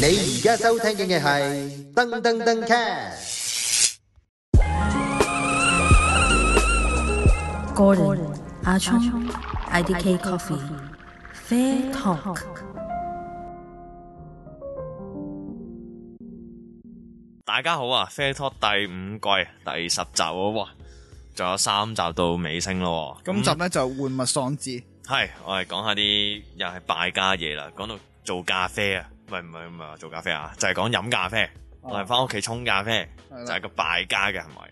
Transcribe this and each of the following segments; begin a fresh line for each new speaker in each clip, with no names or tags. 你而家收聽嘅係噔噔噔 cast。
Gordon, Ah Chong, IDK Coffee, Fair Talk.
大家好啊，Fair Talk 第五季第十集啊，哇，仲有三集到尾聲咯喎。嗯
今集咧就玩物喪志，
係我哋講下啲又係敗家嘢啦，講到做咖啡啊，唔係唔係唔係話做咖啡啊，就係講飲咖啡，我係翻屋企沖咖啡，
哦係
就
啦
係個敗家嘅行為。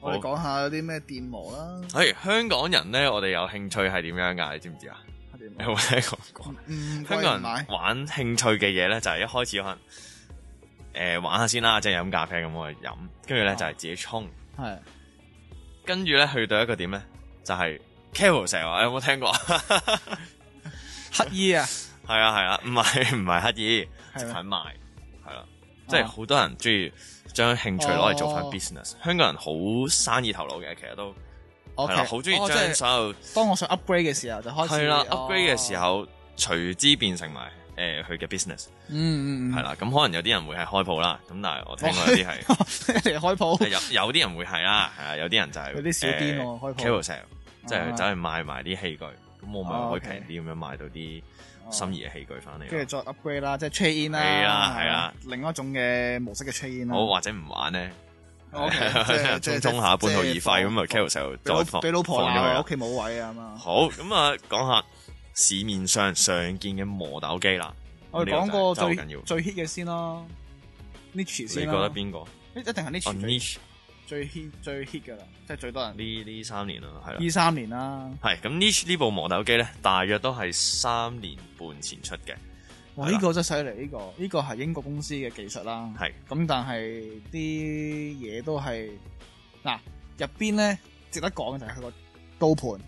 我哋講下有啲咩電磨啦，
係香港人咧，我哋有興趣係點樣噶？你知唔知啊？
電
你
磨
有冇聽講過？
哦唔
香
貴
港
唔買
人，玩興趣嘅嘢咧，就係、一開始可能誒、呃玩下先啦，即係飲咖啡咁我哋飲，跟住咧
哦
就係自己沖。
係
跟住咧去到一個點咧，就係 carousel 啊！你有冇聽過 啊？
乞衣啊，
係啊係啊，唔係唔係乞衣，
係
係
咩
賣係啦，即係好多人中意將興趣攞嚟做翻
哦
business。香港人好生意頭腦嘅，其實都係啦，好中意
哦即
將
係
所有
當我想 upgrade 嘅時候就開始
係啦
哦
upgrade 嘅時候，隨之變成埋誒佢嘅 business
嗯嗯嗯
係啦。咁可能有啲人會係開鋪啦，咁但係我聽 過有啲係。
嚟開鋪，
有有啲人會係啦，係啊，有啲人就係
有啲小店喎
呃
開鋪
Carousel，即係
啊
走去賣埋啲器具，咁我咪
哦
可以
OK
平啲咁樣買到啲心儀嘅器具翻嚟
哦跟
咯。
住再 upgrade 啦，即係 trade in 啦，
係啦係啦，
另一種嘅模式嘅 trade in 啦，
好或者唔玩 咧，
哦 OK，即係即
中
係
中下半途而廢
即係放
咁啊 Carousel
俾老
再放
俾老婆
放咗佢
鬧，
啦
屋企冇位啊嘛，
好咁啊，講下市面上常見嘅磨豆機啦。
我哋
呢個
講過
真係真
最
係好緊要。
最 hit 嘅先啦，niche
你
先
覺
啦，
得邊個？哦
一定係 niche 最
niche
最 hit 最 hit 噶啦，即係最多人。
呢呢三年啦，啊係啦。
呢三年啦，
係咁 niche 呢部磨豆機咧，大約都係三年半前出嘅。
哇！
係
呢
啦
個真係犀利，呢個呢個係英國公司嘅技術啦。
係
咁，但係啲嘢都係嗱入邊咧，值得講嘅就係佢個刀盤。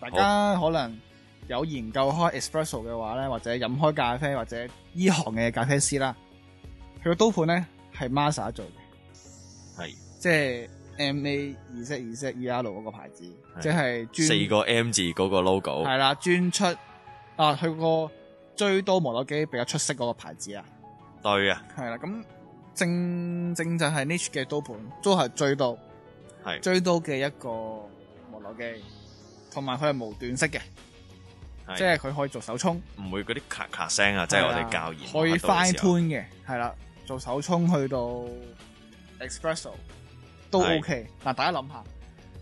大家可能有研究開 espresso 嘅話咧，或者飲開咖啡或者依行嘅咖啡師啦，佢個刀盤咧係 Masa 做嘅，
係
即係 M A 二 Z 二 Z E R 嗰個牌子，
係
即係專
四個 M 字嗰個 logo。
係啦，專出啊，佢個追刀磨豆機比較出色嗰個牌子啊，
對啊，
係啦，咁正正就係 niche 嘅刀盤，都係追刀
係
追刀嘅一個磨豆機，同埋佢係無段式嘅，即
係
係佢可以做手沖，
唔會嗰啲咔咔聲啊，即係我哋教研
可以 fine
翻
tune 嘅，係啦，做手沖去到 espresso 都
係
OK。嗱，大家諗下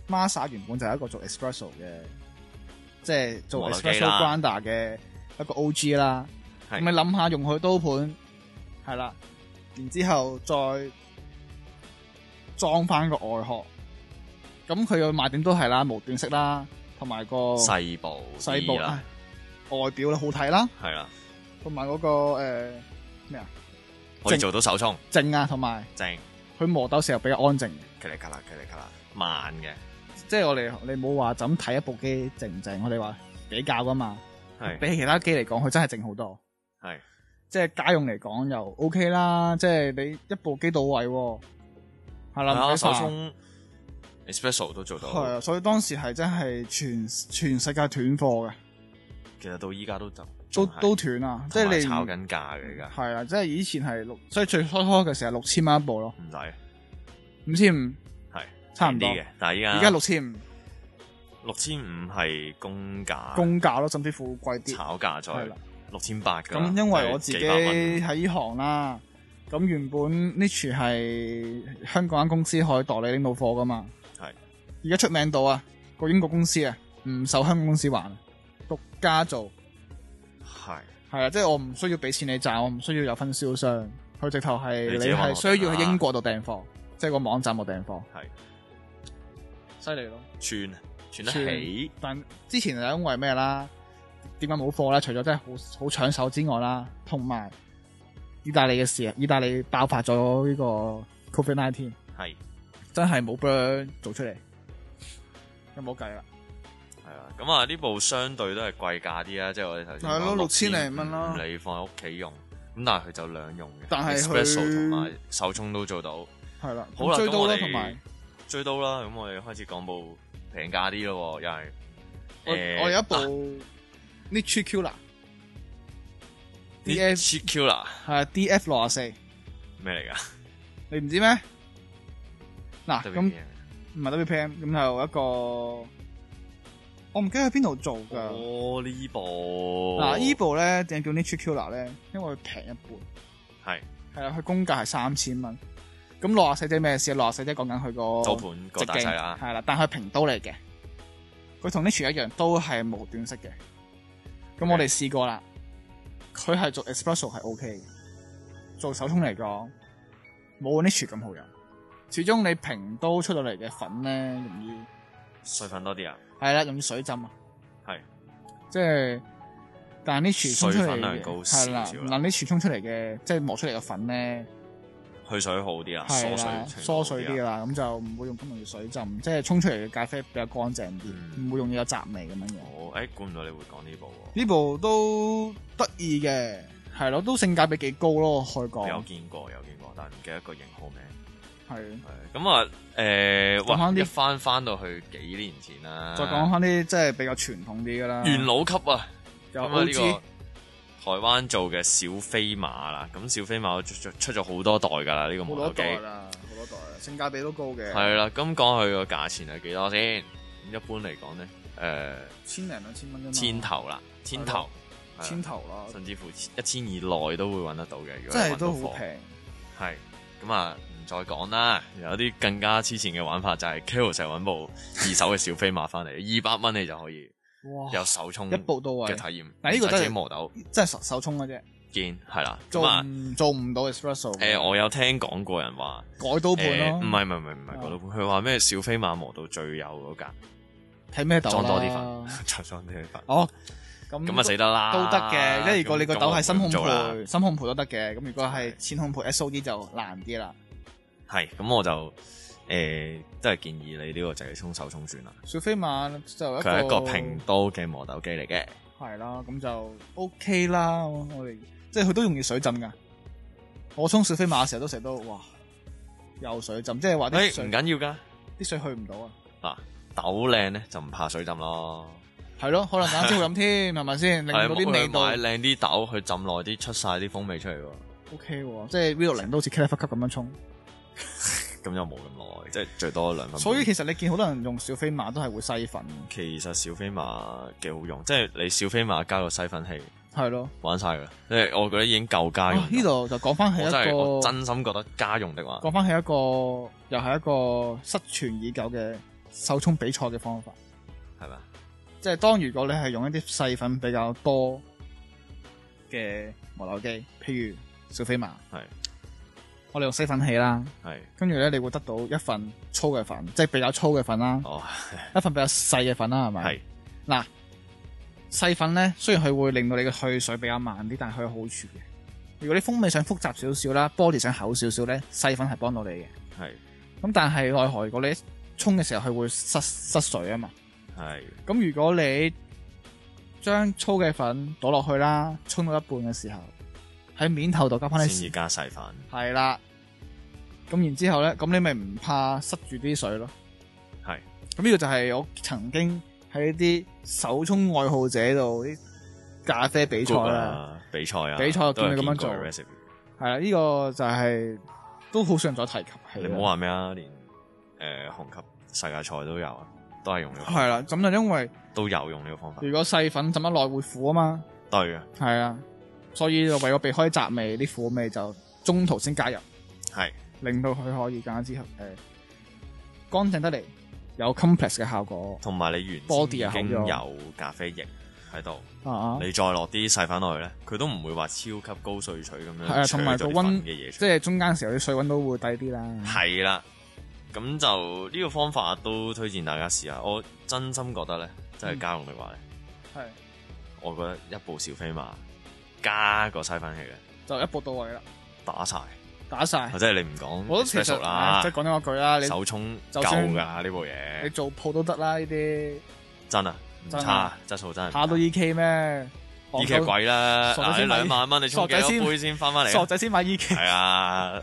，Masa 原本就係一個做 espresso 嘅，即係
磨
做
豆機
espresso
啦
grinder 嘅一個 OG 啦。咁你
係
諗下用佢刀盤，係啦，然之後再裝翻個外殼，咁佢嘅賣點都係啦，無段式啦，同埋個
細部
細部
啲啦，
唉外表好睇啦，
係啦，
同埋嗰個誒咩啊
可以做到手沖
靜啊，同埋
正，
佢磨豆時候比較安靜嘅，
咔哩咔啦咔哩咔啦，慢嘅
即係我哋你冇話就咁睇一部機靜唔靜，我哋話比較噶嘛，
係
比起其他機嚟講，佢真係靜好多。
係
即係家用嚟講又 OK 啦，即係你一部機到位喎，係啦，唔
啊
使
手
煩
沖 espresso 都做
係啊，
到，
所以當時係真係全全世界斷貨嘅，
其實到依家都就
都
仲係
都斷啊！即
同
係
埋
你
炒緊價嘅而家
係啊，即係以前係六，所以最初開嘅時候六千蚊一部咯，
唔使
五千五，
係啊
差唔多
平啲嘅，但係依家
而家六千五
六千五係公價，
公價咯，甚至乎貴啲。
炒價
係
再
啦
六千八㗎啦，
咁因為我
即係
自己
幾百蚊
喺呢行啦，咁原本 Niche 係香港間公司可以代理拎到貨噶嘛，
係
而家出名到啊，個英國公司啊唔受香港公司還，獨家做。
係
係啊，即係我唔需要俾錢你賺，我唔需要有分銷商，佢直頭係
你
你
自己網絡
係需要
訂
去
啦
英國度訂貨，即係個網站度訂貨，
係
犀利咯。
串啊串得
串
起
但之前係因為咩啦？點解冇貨咧？除咗真係好好搶手之外啦，同埋意大利嘅事啊，意大利爆發咗呢個 Covid nineteen，
係。
真係冇 burn 做出嚟，有冇計啦？
系啦，咁啊呢部相對都係貴價啲啊啦，即係我哋頭先
係咯
講
6000零蚊啦
你放喺屋企用，咁但係佢就兩用嘅，
但係佢
espresso 同埋手沖都做到。
係啦，
好啦，
追
咁
到
我
啦，
哋
同埋
追到啦，咁我哋開始講部平價啲咯喎，又係
我
誒
我有一
啊
部 Niche Killer
啲
DF
cheat killer
係 D F 六啊四，
咩嚟㗎？
你唔知咩？嗱，
特別
啊咁
嘢
唔係 W P M，咁就一個，我唔記得喺邊度做㗎。
哦呢部
嗱，呢部咧點解叫 Nature Killer 咧？因為佢平一半，
係
係啊，佢公價係三千蚊。咁六廿四隻咩事？啊六廿四隻講緊佢個
周盤個大啊細啦，
係啦，但係佢平刀嚟嘅，佢同 Nature 一樣都係無段式嘅。咁我哋試過啦，佢係做 espresso 係 OK 嘅，做手沖嚟講冇 Nature 咁好飲。始終你平刀出到嚟嘅粉咧，容易
水分多啲啊，
係啦，容易水浸啊。
係
即係，但係啲
水
傳沖出
分
嚟
量
嘅
高
係
少啊
啦
少，啦
嗱啲傳沖出嚟嘅，即係磨出嚟嘅粉咧，
去水好啲啊，
係
疏
啦，
水
疏水啲
啊，
啦，咁就唔會用咁容易水浸，即係沖出嚟嘅咖啡比較乾淨啲，唔、
嗯
會容易有雜味咁樣嘢。
哦，誒估唔到你會講呢部喎，
呢部都得意嘅，係咯，都性價比幾高咯，可以
有
講
見過有見過，但係唔記得個型號名。
係。
係咁啊，誒，
講返
哇！
啲
一翻翻到去幾年前啦，
再講翻啲即係比較傳統啲噶啦，
元老級啊，
有
咁啊
O
呢
G
個台灣做嘅小飛馬啦，咁小飛馬我出出出咗好多代㗎啦，呢個
好
無
多
頭機
代啦，好多代啦，性價比都高嘅，
係啦。咁講佢個價錢係幾多先？咁一般嚟講咧，誒、
千零兩千蚊啫嘛，
千頭啦，千頭，係啦啊
千頭啦，
甚至乎一千以內都會揾得到嘅。如果
真係都
你揾到
好
貨。
平。
係咁啊，唔再講啦。有啲更加黐線嘅玩法就係 Kilo 成日揾部二手嘅小飛馬翻嚟，二百蚊你就可以
哇！
有手沖
一步到位
嘅體驗。
嗱呢個
唔使
真係
自己磨豆
真係手手沖嘅啫，
堅係啦。咁
做
啊，
唔做唔到 espresso 嘅。
誒我有聽講過人話。
改刀盤
誒
咯，
唔係唔係唔係唔係
啊
嗰度，佢話咩小飛馬磨到最幼嗰格，
睇咩豆啦
裝多啲 粉，再裝多啲粉，
哦，咁
咁啊死得啦！
都得嘅，即係如果你個
咁啊
豆係新烘
咁我唔做啦
焙，新烘焙都得嘅。咁如果係淺烘焙 SOD 就難啲啦。
係咁我就誒都係建議你呢個就係沖手沖算啦。
小飛馬就一
佢係一個平刀嘅磨豆機嚟嘅，
係啦，咁就 OK 啦。我哋即係佢都容易水浸噶。我沖小飛馬嘅時候都成日都哇有水浸，即係話啲
誒唔
水
緊要噶
啲水去唔到啊。
嗱，豆靚咧就唔怕水浸咯，啊
係咯，可能揀招飲添，係 咪先？令到啲味道
買靚啲豆去浸耐啲，出晒啲風味出嚟喎。
OK 喎，即係 V 六零都好似 K F 級咁樣沖。
咁又冇咁耐，即係最多兩分半。
所以其實你見好多人用小飛馬都係會篩粉，
其實小飛馬幾好用，即係你小飛馬加個西粉器。
係咯。
玩晒噶，即係我覺得已經夠家用
啊
啦。
呢度就講翻起一
我真係我
個，
真心覺得家用的話，
講翻起一個又係一個失傳已久嘅手沖比賽嘅方法，
係咪？
即係當如果你係用一啲細粉比較多嘅磨豆機，譬如小飛馬，
係
我哋用細粉器啦，
係
跟住咧你會得到一份粗嘅粉，即係比較粗嘅粉啦，
哦，
一份比較細嘅粉啦，係咪？
係
嗱，細粉咧，雖然佢會令到你嘅去水比較慢啲，但係佢有好處嘅。如果你風味想複雜少少啦，body 想厚少少咧，細粉係幫到你嘅。
係
咁但係奈何，如果你沖嘅時候佢會失失水啊嘛。
係
咁如果你將粗嘅粉倒落去啦，沖到一半嘅時候，喺面頭度加
先
翻啲
至加細粉，
係啦。咁然之後咧，咁你咪唔怕塞住啲水咯。
係
咁呢個就係我曾經喺啲手沖愛好者度啲咖啡比賽
Good
啦，
啊，比賽啊，
比賽
都有
見你咁樣
見過
做
recipe。
係啦，呢、個就係、都好想再提及起
你
啦。
唔好話咩啊，連誒紅級世界賽都有啊，都係用呢個
係啦，咁就因為
都有用呢個方法。
如果細粉浸得耐會苦啊嘛，
對啊，
係啊，所以就為咗避開雜味啲苦味，就中途先加入，
係
令到佢可以加之後誒、呃、乾淨得嚟，有 complex 嘅效果
同埋你原先
Body
已
啊
經
好咗
有咖啡液喺度，
啊，
你再落啲細粉落去咧，佢都唔會話超級高萃取咁
係啊
樣，
同埋個
個
溫
嘅嘢出嚟
即係中間時候啲水温都會低啲啦。
係啦，咁就呢個方法都推薦大家試下。我真心覺得咧，真
嗯
係家用嘅話咧，
係
我覺得一部小飛馬加個西粉器咧，
就一步到位啦，
打晒，
打晒。
或者你啊唔講
我覺得其
special
實
啦
唉，即係講咗嗰句啦，你
手沖
就算
夠㗎呢部
你
嘢，
做鋪都得啦，呢啲
真啊唔
真
差
啊，
質素真係唔
下到 E K 咩？
依期貴啊啦，
傻仔
嗱
先
你
買
兩萬蚊你沖幾
傻仔先
多杯先翻翻
傻
嚟啊？
仔先買 E K，
係啊，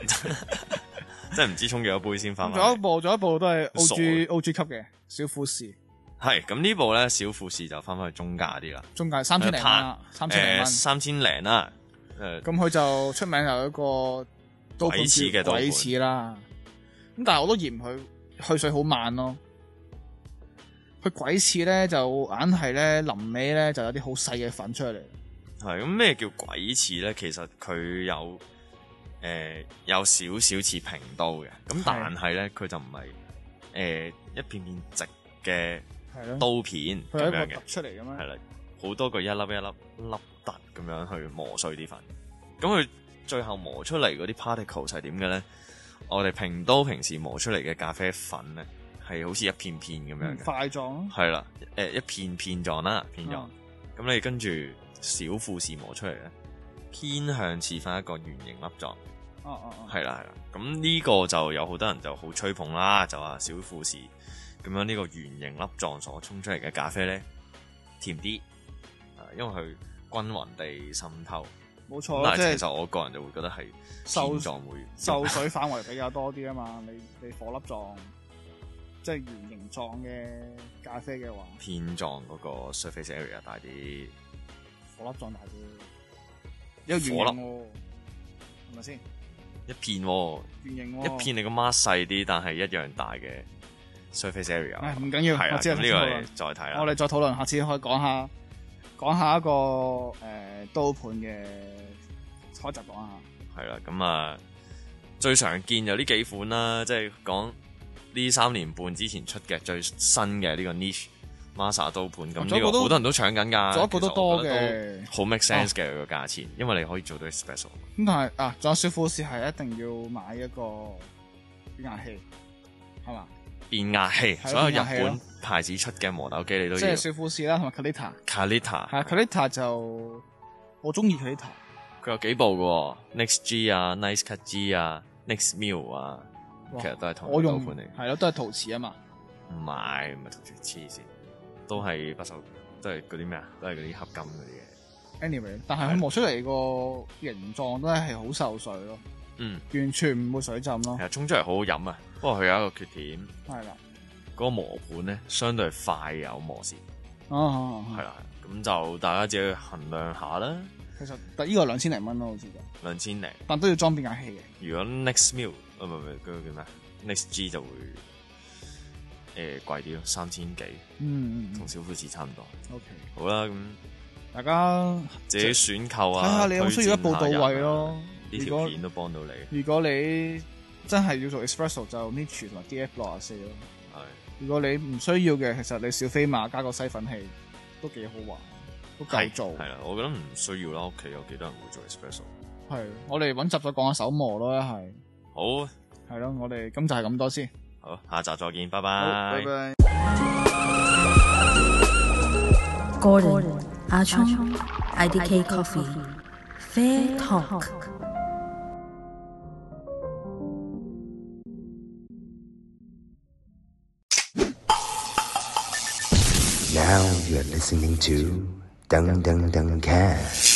真係唔知沖幾多杯先翻
仲
翻
有一
嚟。
部，仲有一部都係 O
啊傻啊
G O G 級嘅小富士，
係咁呢部咧，小富士就翻返去中價啲啦。
中價三千零蚊啦，三千零
誒
蚊。
三千零啦，啊诶，
咁佢就出名有一個刀盤
鬼似嘅
叫
刀盤
鬼似啦。咁但係我都嫌佢去水好慢咯。佢鬼似咧就硬係咧臨尾咧就有啲好細嘅粉出嚟。
系咁咩叫鬼似咧？其實佢有诶、有少少似平刀嘅，咁但係咧佢就唔係诶一片片直嘅
係咯，
刀片
佢有
咁
一個
樣嘅
凸，出嚟咁
係
樣。
啦，好多個一粒一粒粒突咁樣去磨碎啲粉。咁佢最後磨出嚟嗰啲 particles 係點嘅咧？我哋平刀平時磨出嚟嘅咖啡粉咧，係好似一片片咁樣
嗯
嘅。
塊狀咯，
係啦，诶、一片片狀啦，片狀
嗯。
咁、你跟住小富士磨出嚟咧，偏向似翻一個圓形粒狀。
哦哦哦，
係啦係啦，咁呢個就有好多人就好吹捧啦，就話小富士咁樣呢個圓形粒狀所沖出嚟嘅咖啡咧甜啲，啊因為佢均勻地滲透。
冇
咁
錯，
但
即
係
係
其實我個人就會覺得係
瘦
片狀會
受水範圍比較多啲啊嘛，你你火粒狀，即係圓形狀嘅咖啡嘅話，
片狀嗰個 surface area 大啲，
火粒狀大啲，有圓形
火粒
喎，係咪先？
一片喎、
圓形喎，
一片你個 mask 細啲，但係一樣大嘅 surface
唉，
area。
唔緊要，
係啦，
我知
咁
啊
呢個你再睇啦。
我哋再討論，下次可以講下講下一個誒刀盤嘅開集講下，
系啦，咁啊，最常見有呢幾款啦，即係講呢三年半之前出嘅最新嘅呢個 niche Masa 刀盤，咁
仲
呢
有一個
個
都
好多人都搶緊㗎，
仲有一個都
其實我覺得
多嘅
都好 make sense 嘅個價錢，因為你可以做到 special。
咁但係啊，仲有小富士係一定要買一個變壓器，係嘛？
變壓器，
係
所有
變
日
壓器啊
本牌子出嘅磨豆機你都
即
要
係。小富士啦，同埋 Calita。
Calita
係啊，Calita 就我中意 Calita，
佢有幾部嘅喎，Next G 啊、Nice Cut G 啊、Next Mill 啊，
哇
其實都係同一
我
個刀
用
盤嚟。
係咯，都係陶瓷啊嘛。
唔係，唔係同住黐線，都係不鏽，都係嗰啲咩啊，都係嗰啲合金嗰啲嘢。
anyway，但係佢磨出嚟個形狀咧係好受水咯，
嗯，
完全唔會水浸咯
其。實沖出嚟好好飲啊，不過佢有一個缺點，
係啦，
嗰、個磨盤咧相對快有磨蝕，
啊啊啊
係啦、咁就大家自己去衡量下啦，
其實但呢個兩千零蚊咯，好似就，
兩千零。
但都要裝變壓器嘅。
如果 next meal 啊唔係唔係嗰個叫咩啊，next G 就會誒、貴啲咯，三千幾，
嗯嗯
同小富士差唔多。
嗯，OK，
好啦，咁
大家
自己選購啊，
睇下你有冇需要一步
推薦下
到位
人啊
咯
呢
如果
條片都幫到你，係
如果你真係要做 espresso 就 niche 同埋 DF 六十四咯。如果你唔需要嘅，其實你小飛馬加個西粉器都幾好玩，都夠
哦係
做。
係啦，我覺得唔需要啦，屋企有幾多人會做 espresso？
係，我哋揾集再講下手磨咯，一係
好，啊
係咯，我哋今集係咁多先，
好，下集再見，
好拜拜。
Gordon, Ah Achong, IDK Coffee, Fair Talk.
Now you're listening to Dung Dung Dung Cat.